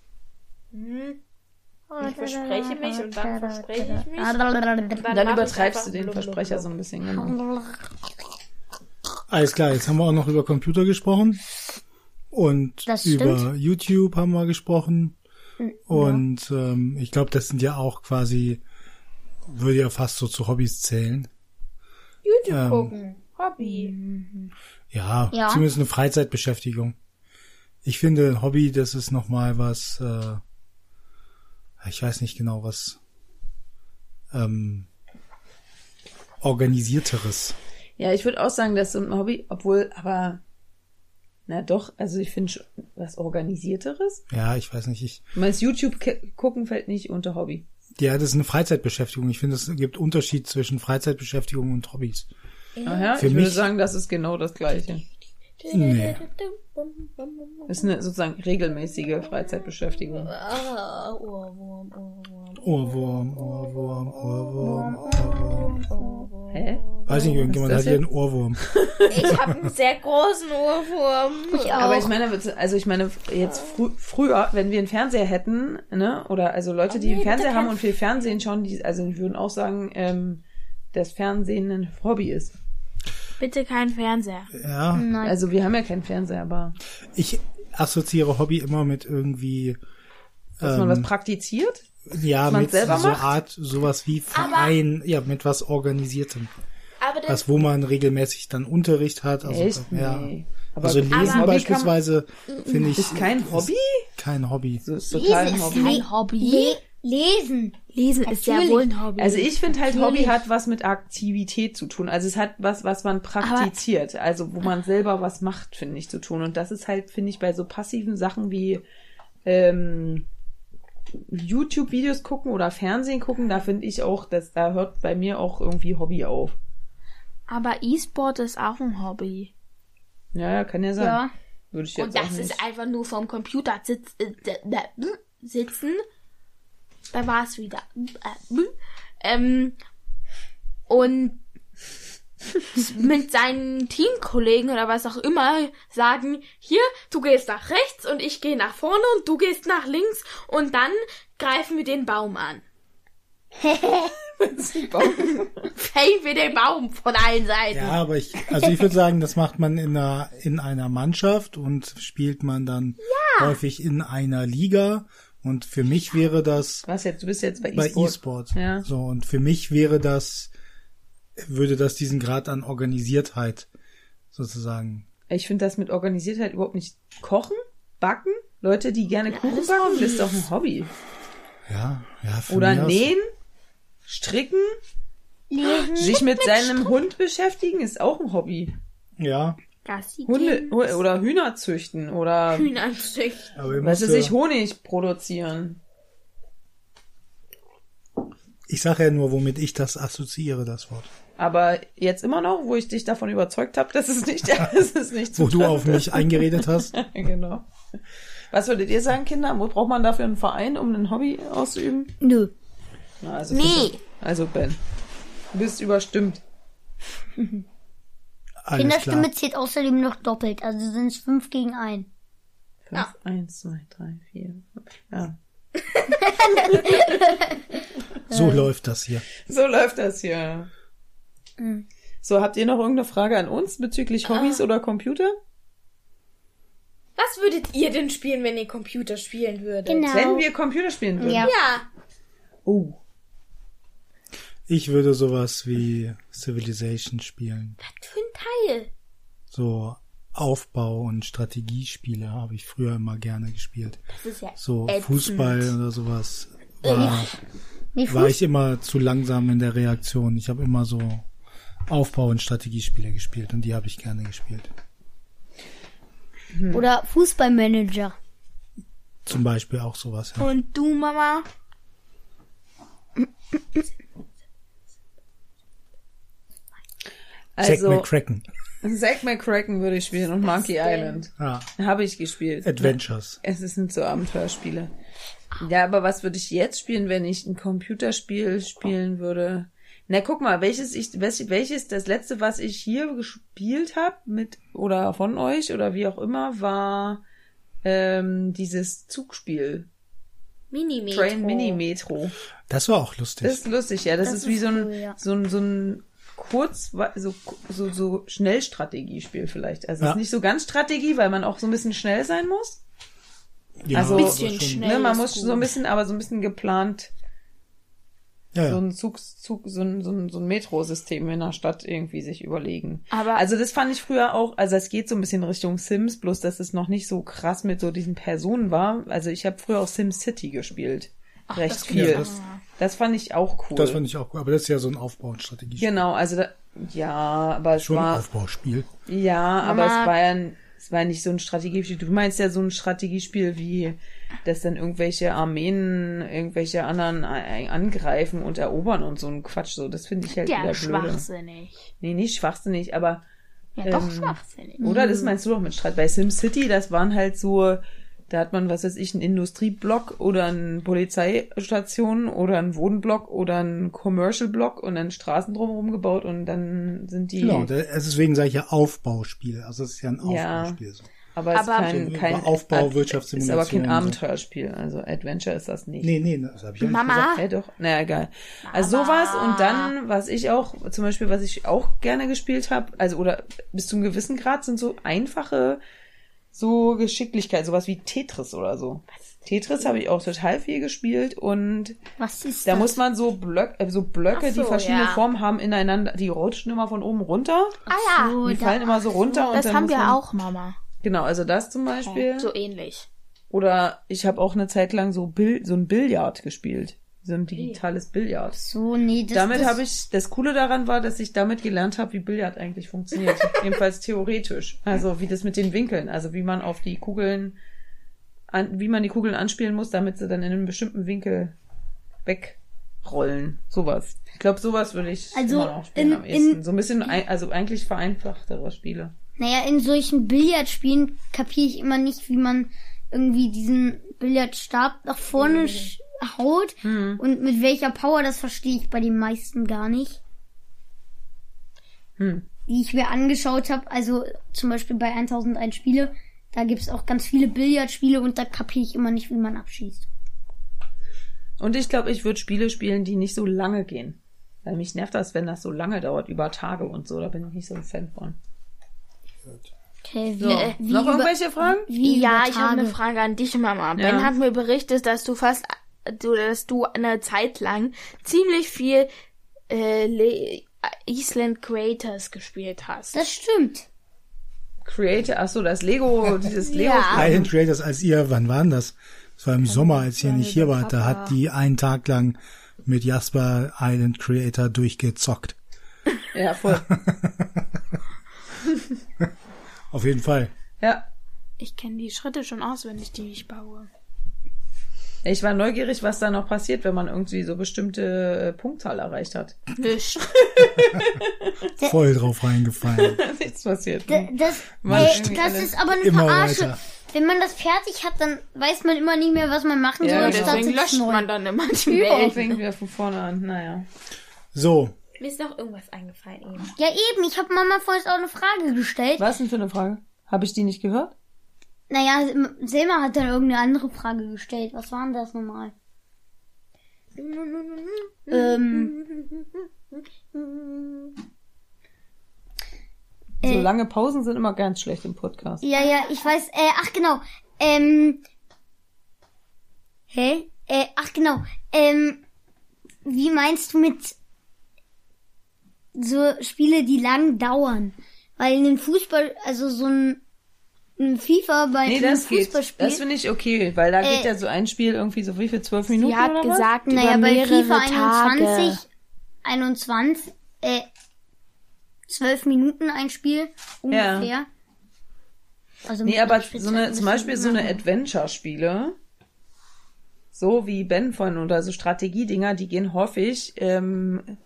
D: Ich verspreche mich und dann verspreche ich mich.
C: mich.
A: Dann übertreibst du den Versprecher so ein bisschen, genau.
B: Alles klar, jetzt haben wir auch noch über Computer gesprochen. Und
C: Das
B: über
C: stimmt. Hm,
B: YouTube haben wir gesprochen. Und ähm, ich glaube, das sind ja auch quasi, würde ja fast so zu Hobbys zählen.
D: YouTube
B: Ähm.
D: gucken. Hobby.
B: Ja,
C: Ja.
B: zumindest eine Freizeitbeschäftigung. Ich finde, ein Hobby, das ist nochmal was, äh, ich weiß nicht genau, was ähm, organisierteres.
A: Ja, ich würde auch sagen, das ist ein Hobby, obwohl, aber, na doch, also ich finde schon was Organisierteres.
B: Ja, ich weiß nicht, ich,
A: Ich meine, das YouTube ke- gucken fällt nicht unter Hobby.
B: ja, das ist eine Freizeitbeschäftigung. Ich finde, es gibt Unterschied zwischen Freizeitbeschäftigung und Hobbys.
A: Aha,
B: Für
A: ich würde
B: mich-
A: sagen, das ist genau das Gleiche.
B: Nee.
A: Das ist eine sozusagen regelmäßige Freizeitbeschäftigung.
B: Ohrwurm, Ohrwurm, Ohrwurm, Ohrwurm.
A: Hä?
B: Weiß nicht, irgendjemand
A: das
B: hat hier
A: jetzt?
B: einen Ohrwurm.
D: Ich habe einen sehr großen Ohrwurm.
C: Ich
A: Aber
C: auch.
A: ich meine, also ich meine, jetzt frü früher, wenn wir einen Fernseher hätten, ne, oder also Leute, die
D: nee,
A: einen Fernseher
D: da
A: haben
D: kann-
A: und viel Fernsehen schauen, die, also die würden auch sagen, ähm, dass Fernsehen ein Hobby ist.
D: Bitte kein Fernseher.
B: Ja,
C: Nein.
A: Also wir haben ja keinen Fernseher, aber
B: ich assoziiere Hobby immer mit irgendwie,
A: dass man
B: Ähm,
A: was praktiziert.
B: ja,
A: man's
B: mit so
A: selber macht?
B: Art, sowas wie Verein, ja, mit was Organisiertem.
D: Aber das
B: Was, wo man regelmäßig dann Unterricht hat. Also,
A: Echt?
B: Ja.
A: Nee. Aber
B: Also Lesen
A: Hobby kann-
B: beispielsweise finde ich
A: ist kein Hobby?
B: kein Hobby.
A: So ist total ein
C: Lesen ist
A: Hobby.
D: kein Hobby.
C: Le lesen.
D: Lesen ist ja
C: Natürlich.
D: wohl ein Hobby.
A: Also ich finde halt, Hobby
C: Natürlich.
A: hat was mit Aktivität zu tun. Also es hat was, was man praktiziert, also wo man selber was macht, finde ich, zu tun. Und das ist halt, finde ich, bei so passiven Sachen wie ähm, YouTube-Videos gucken oder Fernsehen gucken, da finde ich auch, dass da hört bei mir auch irgendwie Hobby auf.
D: Aber E-Sport ist auch ein Hobby.
A: Ja, ja, kann ja sein.
C: Ja.
A: Würde ich jetzt
D: Und
A: auch
D: das
A: nicht.
D: ist einfach nur vom Computer sitz, äh, d- d- sitzen. Da war es wieder. äh, Ähm, und mit seinen Teamkollegen oder was auch immer sagen, hier, du gehst nach rechts und ich gehe nach vorne und du gehst nach links und dann greifen wir den Baum an. Fällen wir den Baum von allen Seiten.
B: Ja, aber ich, also ich würde sagen, das macht man in einer, in einer Mannschaft und spielt man dann häufig in einer Liga. Und für mich wäre das
A: was jetzt? Du bist jetzt bei
B: bei
A: E-Sport.
B: E-Sport.
A: Ja.
B: So, und für mich wäre das, würde das diesen Grad an Organisiertheit sozusagen.
A: ich finde das mit Organisiertheit überhaupt nicht. Kochen, backen, Leute, die gerne Kuchen backen, das ist doch ein Hobby.
B: Ja, ja, für
A: Oder
B: mich aus-
A: nähen, stricken, sich mit seinem Hund beschäftigen, ist auch ein Hobby.
B: Ja,
D: Gassi
A: Hunde
D: gehen,
A: oder Hühner züchten oder
D: Hühner züchten.
B: aber ihr
A: was
B: müsst
A: weiß
B: ja-
A: ich, Honig produzieren.
B: Ich sage ja nur, womit ich das assoziiere, das Wort.
A: Aber jetzt immer noch, wo ich dich davon überzeugt habe, dass es nicht, dass es nicht
B: Wo du
A: zutreffend
B: auf mich eingeredet hast.
A: ist. genau. Was würdet ihr sagen, Kinder? Wo braucht man dafür einen Verein, um ein Hobby auszuüben?
C: Nö.
A: Na, also
C: Nee.
A: Kinder. Also Ben, du bist überstimmt.
B: Alles klar.
C: Kinderstimme zählt außerdem noch doppelt. Also sind es fünf gegen ein.
A: Fünf, Eins, zwei, drei, vier. Fünf. Ja.
B: So läuft das hier.
A: So läuft das hier. So, habt ihr noch irgendeine Frage an uns bezüglich Hobbys oder Computer?
D: Was würdet ihr denn spielen, wenn ihr Computer spielen würdet?
C: Genau.
A: Wenn wir Computer spielen würden.
C: Ja.
D: Ja.
A: Oh.
B: Ich würde sowas wie Civilization spielen.
D: Was für ein Teil?
B: So Aufbau- und Strategiespiele habe ich früher immer gerne gespielt.
D: Das ist ja
B: So
D: ätzend.
B: Fußball oder sowas war,
C: Nee,
B: war
C: Fuß,
B: ich immer zu langsam in der Reaktion. Ich habe immer so Aufbau- und Strategiespiele gespielt und die habe ich gerne gespielt.
C: oder Fußballmanager.
B: Zum Beispiel auch sowas. Ja.
D: Und du, Mama?
B: Zack
A: Also
B: McCracken.
A: Zack McCracken würde ich spielen und Monkey Island.
B: Ah,
A: Habe ich gespielt.
B: Adventures.
A: Es sind so Abenteuerspiele. Ja, aber was würde ich jetzt spielen, wenn ich ein Computerspiel spielen würde? Na, guck mal, welches ich welches, welches das letzte, was ich hier gespielt habe mit oder von euch oder wie auch immer, war ähm, dieses Zugspiel
D: Minimetro.
A: Train Mini Metro.
B: Das war auch lustig.
A: Das ist lustig, ja. Das,
C: Das
A: ist, wie
C: ist
A: so ein
C: cool, ja.
A: so ein so ein kurz so so so Schnellstrategiespiel vielleicht. Also es
B: Ja.
A: ist nicht so ganz Strategie, weil man auch so ein bisschen schnell sein muss.
B: ja,
A: also-
B: aber
D: Bisschen
B: schon-
D: schnell.
A: Ne, man
D: ist
A: muss
D: gut.
A: so ein bisschen, aber so ein bisschen geplant,
B: Ja,
A: so
B: ja.
A: ein Zug, Zug, so ein, so ein, so ein Metrosystem in der Stadt irgendwie sich überlegen.
D: Aber-
A: also das fand ich früher auch, also es geht so ein bisschen Richtung Sims, bloß dass es noch nicht so krass mit so diesen Personen war. Also ich habe früher auch Sims City gespielt. recht
D: das
A: viel.
B: Ja,
A: das,
B: das-
A: fand ich auch cool.
B: Das fand ich auch cool. Aber das ist ja so ein Aufbau- und Strategiespiel.
A: genau, also da, ja, aber es
B: Schon ein
A: war
B: Aufbauspiel.
A: ja, aber
D: Mama.
A: es war ja ein, es war nicht so ein Strategiespiel. Du meinst ja so ein Strategiespiel wie, dass dann irgendwelche Armeen irgendwelche anderen a- angreifen und erobern und so ein Quatsch. So, das finde ich halt
D: Ja,
A: wieder blöde.
D: schwachsinnig.
A: Nee, nicht schwachsinnig, aber
D: Ja, doch
A: Ähm,
D: schwachsinnig.
A: oder das meinst du doch mit Strat. Bei SimCity, das waren halt so, da hat man, was weiß ich, einen Industrieblock oder eine Polizeistation oder einen Wohnblock oder einen Commercial-Block und dann Straßen drumherum gebaut und dann sind die.
B: Genau, da- also deswegen sage ich ja Aufbauspiel. Also es ist ja ein
A: Ja.
B: Aufbauspiel. So.
A: Aber es ist
D: Aber-
A: kein,
B: Über
A: kein
B: Aufbau,
A: Ad- Ist
B: Wirtschaftssimulation
A: aber kein
B: und so.
A: Abenteuerspiel, also Adventure ist das nicht.
B: Nee, nee, das habe ich ja nicht gesagt.
D: Mama,
A: Ja doch, naja, egal. Also sowas und dann, was ich auch, zum Beispiel, was ich auch gerne gespielt habe, also oder bis zum gewissen Grad sind so einfache so Geschicklichkeit, sowas wie Tetris oder so. Tetris habe ich auch total viel gespielt und
C: Was ist
A: da
C: das?
A: muss man so, Blöck, äh, so Blöcke,
D: Ach so,
A: die verschiedene
D: ja.
A: Formen haben, ineinander, die rutschen immer von oben runter.
D: ah ja,
C: so,
A: Die
C: da-
A: fallen immer so runter und
D: das
A: dann
D: haben
A: muss
D: wir
A: man,
D: auch, Mama.
A: Genau, also das zum Beispiel.
D: So ähnlich.
A: Oder ich habe auch eine Zeit lang so, Bil so ein Billard gespielt. So ein digitales Billard.
C: So, nee, das,
A: Damit
C: das,
A: habe ich, das Coole daran war, dass ich damit gelernt habe, wie Billard eigentlich funktioniert. Jedenfalls theoretisch. Also wie das mit den Winkeln, also wie man auf die Kugeln, an, wie man die Kugeln anspielen muss, damit sie dann in einem bestimmten Winkel wegrollen. Sowas. Ich glaube, sowas würde ich
C: Also
A: immer noch spielen
C: in-
A: am ehesten.
C: in-
A: so ein bisschen, ein, also eigentlich vereinfachtere Spiele.
C: Naja, in solchen Billardspielen kapiere ich immer nicht, wie man irgendwie diesen Billardstab nach vorne sch- haut und mit welcher Power, das verstehe ich bei den meisten gar nicht.
A: Hm.
C: Die ich mir angeschaut habe, also zum Beispiel bei 1001 Spiele, da gibt's auch ganz viele Billardspiele und da kapiere ich immer nicht, wie man abschießt.
A: Und ich glaube, ich würde Spiele spielen, die nicht so lange gehen. Weil mich nervt das, wenn das so lange dauert, über Tage und so. Da bin ich nicht so ein Fan von.
C: Okay, wie,
A: So,
C: wie
A: noch
C: über-
A: irgendwelche Fragen?
C: Wie
D: ja,
C: über
D: ich habe eine
C: Tage.
D: Frage an dich, Mama. Ben hat mir berichtet, dass du fast, du, dass du eine Zeit lang ziemlich viel äh, Le Island Creators gespielt hast.
C: Das stimmt.
A: Creator, ach so, das Lego, dieses Lego.
D: Ja.
B: Island Creators, als ihr, wann waren das? Das war im Sommer, als ihr nicht hier wart. Da hat die einen Tag lang mit Jasper Island Creator durchgezockt.
A: Ja, voll.
B: Auf jeden Fall.
A: Ja.
D: Ich kenne die Schritte schon auswendig, die ich baue.
A: Ich war neugierig, was da noch passiert, wenn man irgendwie so bestimmte äh, Punktzahl erreicht hat.
D: Nicht.
B: Voll drauf reingefallen.
A: Nichts passiert. ne?
C: D- Das,
A: Man
C: äh,
A: schmeckt
C: das
A: alles
C: ist aber eine
B: immer
C: Verarsche.
B: weiter.
C: Wenn man das fertig hat, dann weiß man immer nicht mehr, was man machen
A: Ja,
C: soll. und
A: genau.
C: startet
D: Deswegen löscht
C: neu.
D: man dann immer die
A: Überall
D: Welt.
A: fängt wieder von vorne an. Naja.
B: So,
D: Mir ist noch irgendwas eingefallen eben.
C: Ja, eben. Ich habe Mama vorhin auch eine Frage gestellt.
A: Was denn für eine Frage? Habe ich die nicht gehört?
C: Naja, Sil- Silma hat dann irgendeine andere Frage gestellt. Was war denn das nochmal? ähm,
A: So lange Pausen sind immer ganz schlecht im Podcast.
C: ja, ja, ich weiß. Äh, ach, genau. Ähm, hä? Äh, ach, genau. Ähm, wie meinst du mit so Spiele, die lang dauern? Weil in dem Fußball, also so ein, ein FIFA bei
A: Nee,
C: einem
A: das geht.
C: Fußballspiel.
A: Das finde ich okay, weil da
C: Äh,
A: geht ja so ein Spiel irgendwie so wie viel, zwölf Minuten
D: Sie hat
A: oder
D: gesagt,
C: naja,
D: über
C: bei
D: mehrere
C: FIFA
D: Tage.
C: 21, 21, äh, 12 Minuten ein Spiel
A: Ja.
C: ungefähr.
A: was?
C: Also
A: Nee,
C: mit
A: aber
C: Spielzeit
A: so eine,
C: ein
A: zum Beispiel
C: bisschen
A: so eine
C: länger.
A: Adventure-Spiele, so wie Ben von oder so Strategiedinger, die gehen häufig ähm,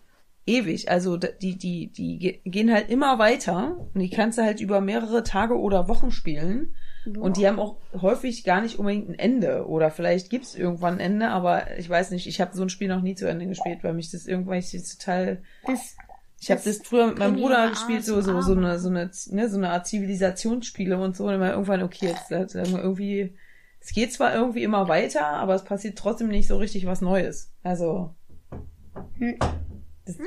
A: ewig. Also d- die, die, die ge- gehen halt immer weiter und die kannst du halt über mehrere Tage oder Wochen spielen. Und die haben auch häufig gar nicht unbedingt ein Ende. Oder vielleicht gibt's irgendwann ein Ende, aber ich weiß nicht, ich habe so ein Spiel noch nie zu Ende gespielt, weil mich das irgendwann ich das total
C: Das,
A: Ich habe das früher mit meinem
D: bringt
A: Bruder
D: ihre
A: gespielt,
D: Art
A: so, so,
D: zum
A: so, eine, so, eine, ne, so eine Art Zivilisationsspiele und so. Und immer irgendwann, okay, jetzt jetzt sagen wir irgendwie, es geht zwar irgendwie immer weiter, aber es passiert trotzdem nicht so richtig was Neues. Also. Das, find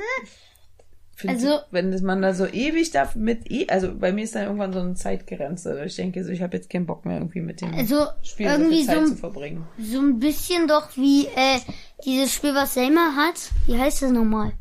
C: Hm. Also-
A: ich, wenn das man da so ewig da mit, e- also bei mir ist dann irgendwann so eine Zeitgrenze. Ich denke so, ich habe jetzt keinen Bock mehr irgendwie mit dem
C: also
A: Spiel so
C: irgendwie
A: viel
C: so,
A: Zeit zu
C: ein-
A: verbringen.
C: so ein bisschen doch wie äh, dieses Spiel, was Selma hat. Wie heißt das nochmal?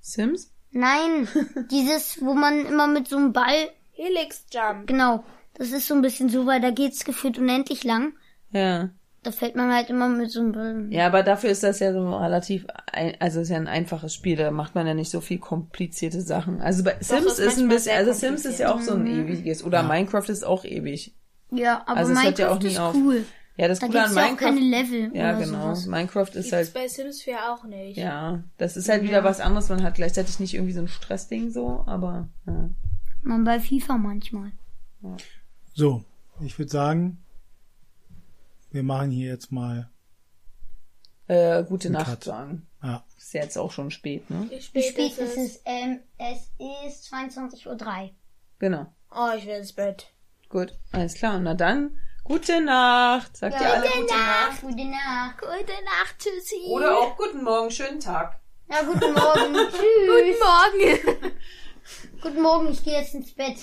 A: Sims?
C: Nein, dieses, wo man immer mit so einem Ball,
D: Helix Jump.
C: genau, das ist so ein bisschen so, weil da geht's gefühlt unendlich lang.
A: Ja.
C: Da fällt man halt immer mit so einem Ball.
A: Ja, aber dafür ist das ja so relativ, ein, also ist ja ein einfaches Spiel, da macht man ja nicht so viel komplizierte Sachen. Also bei Sims
D: ist
A: ist ein
D: manchmal
A: bisschen,
D: sehr
A: also Sims ist ja auch so ein ewiges, oder Minecraft ist auch ewig.
C: Ja, aber
A: Also es hört
C: Minecraft
A: ja auch nie
C: ist
A: auf.
C: cool.
A: Ja, das
C: Da
A: Coole an
C: gibt's ja auch keine
A: Minecraft.
C: Level
A: Ja,
C: oder
A: genau.
C: sowas.
A: Minecraft ist
D: Gibt's
A: halt,
D: bei Sims 4 auch nicht.
A: ja, das ist halt wieder was anderes, man hat gleichzeitig nicht irgendwie so ein Stressding so, aber, ja.
C: Man bei FIFA manchmal.
B: So, ich würde sagen, wir machen hier jetzt mal.
A: Äh, gute
B: Ein
A: Nacht
B: Cut.
A: sagen.
B: Ja,
A: Ist ja jetzt auch schon spät, ne?
D: Wie
C: Wie
D: spät,
C: spät
D: ist es?
C: ist es? Ähm, es ist 22.03 Uhr.
A: Genau.
D: Oh, ich will ins Bett.
A: Gut, alles klar. Na dann, gute Nacht. Sagt ihr alle gute Nacht.
C: Gute Nacht.
D: Gute Nacht, Tschüssi.
A: Oder auch guten Morgen, schönen Tag.
C: Na, guten Morgen. Tschüss.
D: Morgen.
C: Guten Morgen, ich gehe jetzt ins Bett.